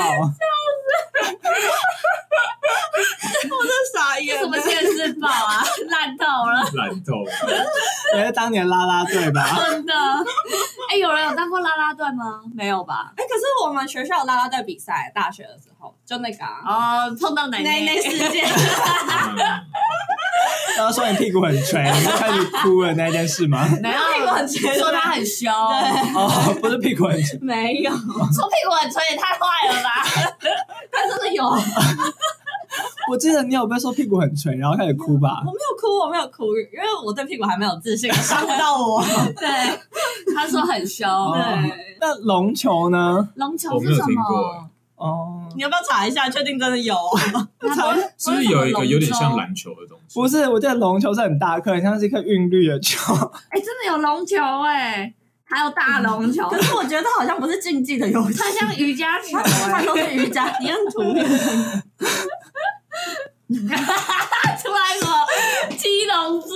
傻这眼什么现世报啊？ 烂透 了，懒头，也是当年啦啦队吧？真的。哎、有人有当过啦啦队吗？没有吧？哎，可是我们学校有啦啦队比赛，大学的时候就那个啊，哦，碰到奶那奶那事件，嗯然后说你屁股很垂，你就开始哭了那件事吗？没有屁股很垂说他很凶，对，哦，不是屁股很垂，没有，说屁股很垂也太坏了 吧？但真的有，我 我记得你有被说屁股很垂，然后开始哭吧？没有哭，我没有哭，因为我对屁股还没有自信，伤不到我。对，他说很 凶。哦对，那龙球呢？龙球我没是有什听么过？哦，你要不要查一下，确定真的有？它不会是不是有一个有点像？不会什么龙舟篮球的东西？不是，我记得龙球是很大颗，很像是一颗韵律的球。 哎、真的有龙球哎、还有大龙球，可是我觉得好像不是竞技的游 戏，它像瑜伽球、它欸。都是瑜伽，你很土。 出来什么七龙珠？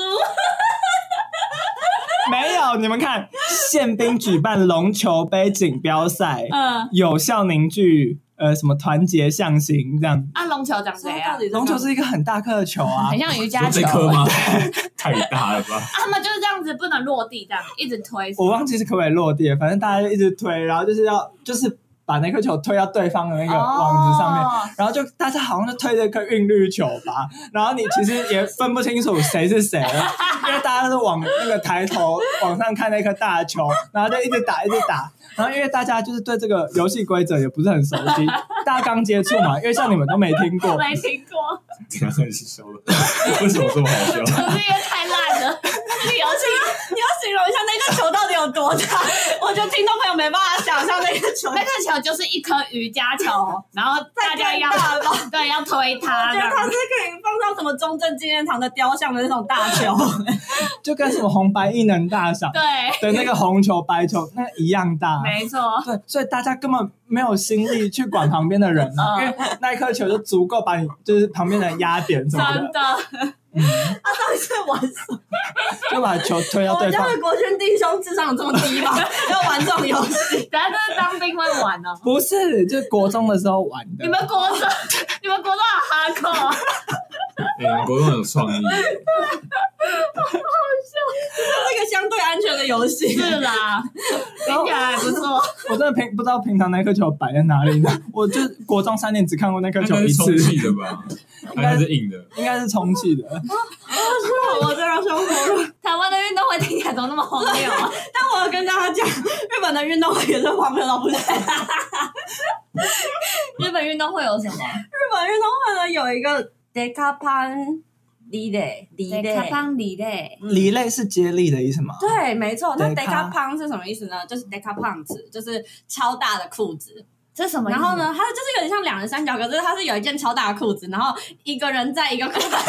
没有，你们看，宪兵举办龙球杯锦标赛，嗯，有效凝聚呃什么团结向心这样。啊，龙球长谁啊？底龙球是一个很大颗的球啊很，像瑜伽说球这，颗吗？ 太大了吧！他们就是这样子，不能落地，这样一直推。我忘记是可不可以落地了，反正大家就一直推，然后就是要就是把那颗球推到对方的那个网子上面，哦然后就大家好像就推着一颗韵律球吧，然后你其实也分不清楚谁是谁了，因为大家都是往那个抬头往上看那颗大球，然后就一直打一直打，然后因为大家就是对这个游戏规则也不是很熟悉，大家刚接触嘛，因为像你们都没听 过，没听过，这样很笑了， 为什么这么好笑？可是因为太 烂了，这游戏你要形容一下那个球到底有多大？我觉得听众朋友没办法想象那个球。那个球就是一颗瑜伽球，然后大家 要太尴尬了吧 对要推我它，觉得它是可以放到什么中正纪念堂的雕像的那种大球，就跟什么红白异能大赏对，的那个红球白球那一样大、啊没错，对，所以大家根本没有心力去管旁边的人了、 嗯因为那一颗球就足够把你就是旁边的人压扁什么真的，的。它到底是玩什么？ 就把球推到 我们对家方。的国轩弟兄智商有这么低 吗？要玩这种游戏？等下这是当兵会玩哦。不是，就是国中的时候玩的。你们国中，你们国中好哈扣啊！ 哎，国栋有创意，这个相对安全的游戏，是 啦，听起来还不错。我真的平不知道平常那颗球摆在哪里呢？我就国中三年只看过那颗那球个一是次充，气的吧？应 该应该是是硬的。应该是充气的。我真的受不了。 台湾的运动会听起来怎么那么荒谬啊？但我要跟大家讲，日本的运动会也是荒谬到不行。日本运动会有什么？日本运动会呢有一个 decapan relay relay。康里嘞，离类是接力的意思吗？对，没错。那 Deca decapan 是什么意思呢？就是 decapan 子，就是超大的裤子。这什么意然思？后呢，它就是有点像两人三角，可是它是有一件超大的裤子，然后一个人在一个裤子，然后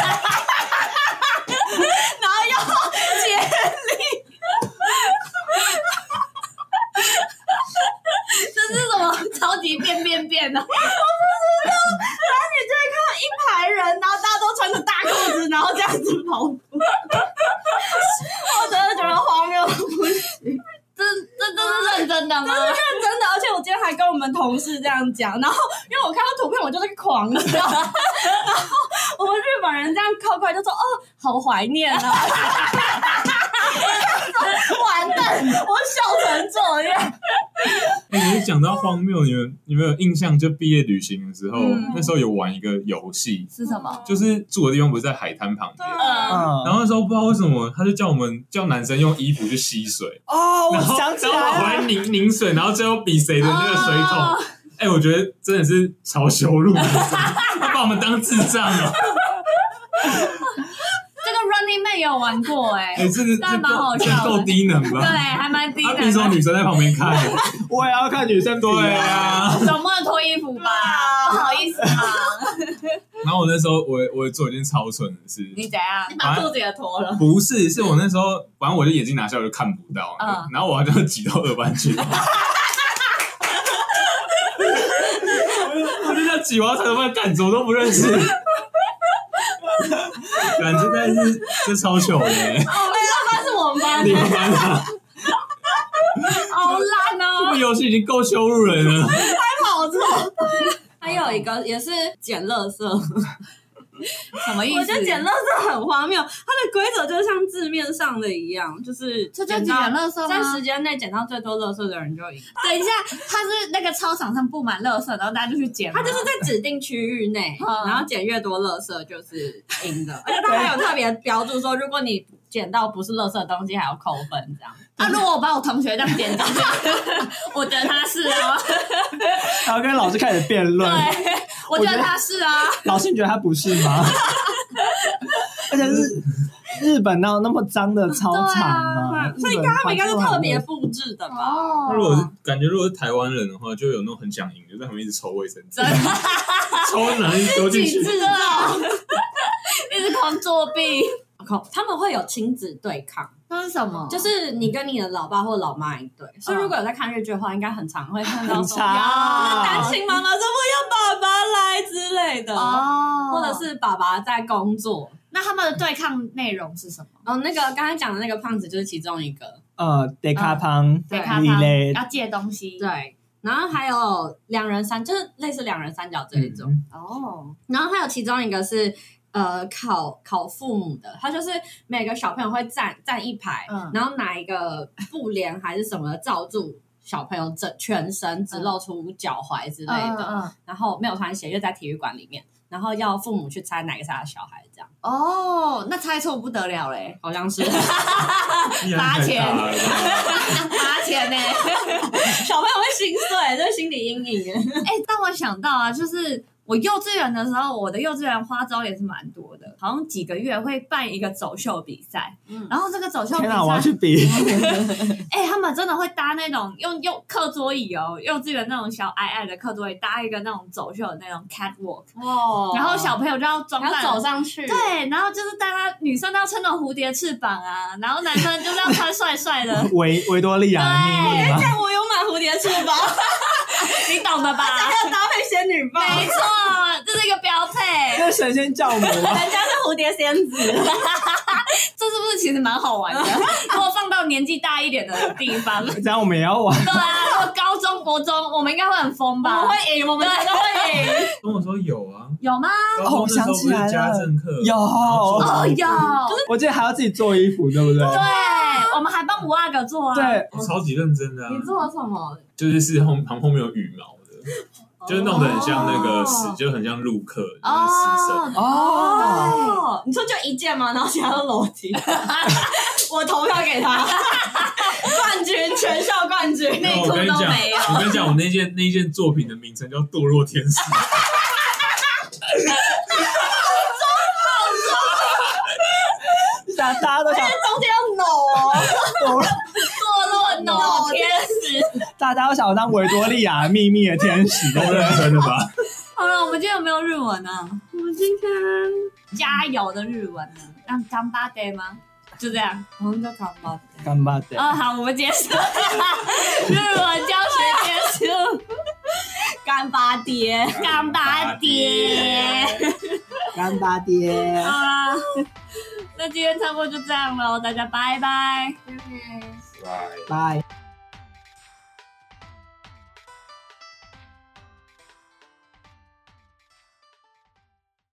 要接力。这是什么 超级变变变啊的？你就会看到一排人，然后大家都穿着大裤子，然后这样子跑 步。我真的觉得荒谬，这这这是认真的吗？真的。而且我今天还跟我们同事这样讲，然后因为我看到图片，我就是狂了。然后我们日本人这样靠过来就说：“哦，好怀念 啊！”完蛋，我笑成这样。哎，你讲到荒谬，你们你们有印象？就毕业旅行的时候嗯，那时候有玩一个游戏，是什么？就是住的地方不是在海滩旁边，啊嗯，嗯。然后那时候不知道为什么，他就叫我们叫男生用衣服去吸水，哦，我然后想起然后往来回了，拧拧水，然后最后比谁的那个水哦桶。哎、我觉得真的是超羞辱的，他把我们当智障了。这个 Running Man 也有玩过哎、哎、啊这个那这蛮好够笑这的够低能对，吧？还蛮低他的。凭什么女生在旁边 看我？啊我也要看女生比对啊。总不能脱衣服吧？不好意思啊，然后我那时候我我做一件超蠢的事，你怎样？你把裤子也脱了。不是，是我那时候，反正我就眼睛拿下来我就看不到，嗯然后我就挤到二班 去。我就我就在挤完才发现，干怎么都不认识，感觉但是这超糗哦的、欸，那是我们班你们班啊，好烂这哦！个游戏已经够羞辱人了。跑错。还有一个也是捡垃圾，我什么意觉得捡垃圾很荒谬，它的规则就像字面上的一样，就是这就捡捡到垃圾在吗时？间内捡到最多垃圾的人就赢。等一下，它是那个操场上布满垃圾，然后大家就去捡吗。它啊就是在指定区域内，嗯然后捡越多垃圾就是赢 的，而且它还有特别标注说，如果你捡到不是垃圾的东西，还要扣分这样。啊，如果我把我同学这样 捡进去，我觉得他是啊，然后跟老师开始辩论，对，我觉得他是啊，老师你觉得他不是吗？而且日日本哪有那么脏的操场啊？所以日本他们应该是特别环境布置的 吧？那如果是哦，感觉如果是台湾人的话，就有那种很想赢，就在旁边一直抽卫生纸 真，的抽哪里丢进去自？造，一直狂作 弊，靠，哦他们会有亲子对抗。那是什么？就是你跟你的老爸或老妈一对，嗯所以如果有在看日剧的话，应该很常会看到很差说就是单啊。亲妈妈说不要爸爸来之类的，哦，或者是爸爸在工作。那他们的对抗内容是什么？然后那个刚才讲的那个胖子就是其中一个，呃，Deca 胖，对，你他嘞要借东西，，对。然后还有两人三，就是类似两人三角这一种。哦，然后还有其中一个是呃考考父母的，他就是每个小朋友会站站一排，嗯然后拿一个布帘还是什么的罩住。小朋友整全身只露出脚踝之类的，嗯嗯然后没有穿鞋，因为在体育馆里面，然后要父母去猜哪个是他的小孩，这样嗯哦，那猜错不得了嘞，好像是嗯压力太大了吧罚钱呢、小朋友会心碎，这是心理阴影耶。哎、但我想到啊，就是我幼稚园的时候，我的幼稚园花招也是蛮多的，好像几个月会办一个走秀比赛，嗯然后这个走秀比天哪，我要去赛，比，哎、他们真的会搭那种用用课桌椅哦，幼稚园那种小矮矮的课桌椅搭一个那种走秀的那种 catwalk，、哦然后小朋友就要装还要扮。走上去，对，然后就是大家女生都要穿那种蝴蝶翅膀啊，然后男生就是要穿帅帅 的，维 维多利亚的秘密吗？但我有买蝴蝶翅膀，你 懂的吧？要搭配仙女棒，没错，这是一个标配。那神仙教母吗？人家是蝴蝶仙子。这是不是其实蛮 好玩的？如果放到年纪大一点的地方，对这样我们也要玩。啊，如果高中国中，我们应该会很疯我吧？们会赢，我们绝对会赢。跟我说有啊，有吗？哦我想起来了那时候不是家政课有哦，有，我记得还要自己做衣服，对不对？啊对，啊我们还帮五阿哥做啊。，对，我超级认真的、啊，做了什么？就是是后旁后面有羽毛的，就是弄得很像那个哦实，就很像陆客，就是实哦生。，哦，哦，你说就一件吗？然后其他都裸 体。我投票给 他，冠军，全校冠军，没内有裤我跟你都讲，没有。我跟你讲，我那件那件作品的名称叫《堕落天使》，大大家都想中间要搂哦，堕落，堕落裸脑啊天使。大家都想当维多利亚秘密的天使，对够不对认真的吧？好了，我们今天有没有日文呢？我们今天加油的啊日文呢？让干巴 day 吗？就这样。我们就扛包。干巴的，哦，好，我们结束。日文教学结束，干巴爹，干巴 day。干巴爹好啦，那今天差不多就这样喽，大家拜拜。拜。拜。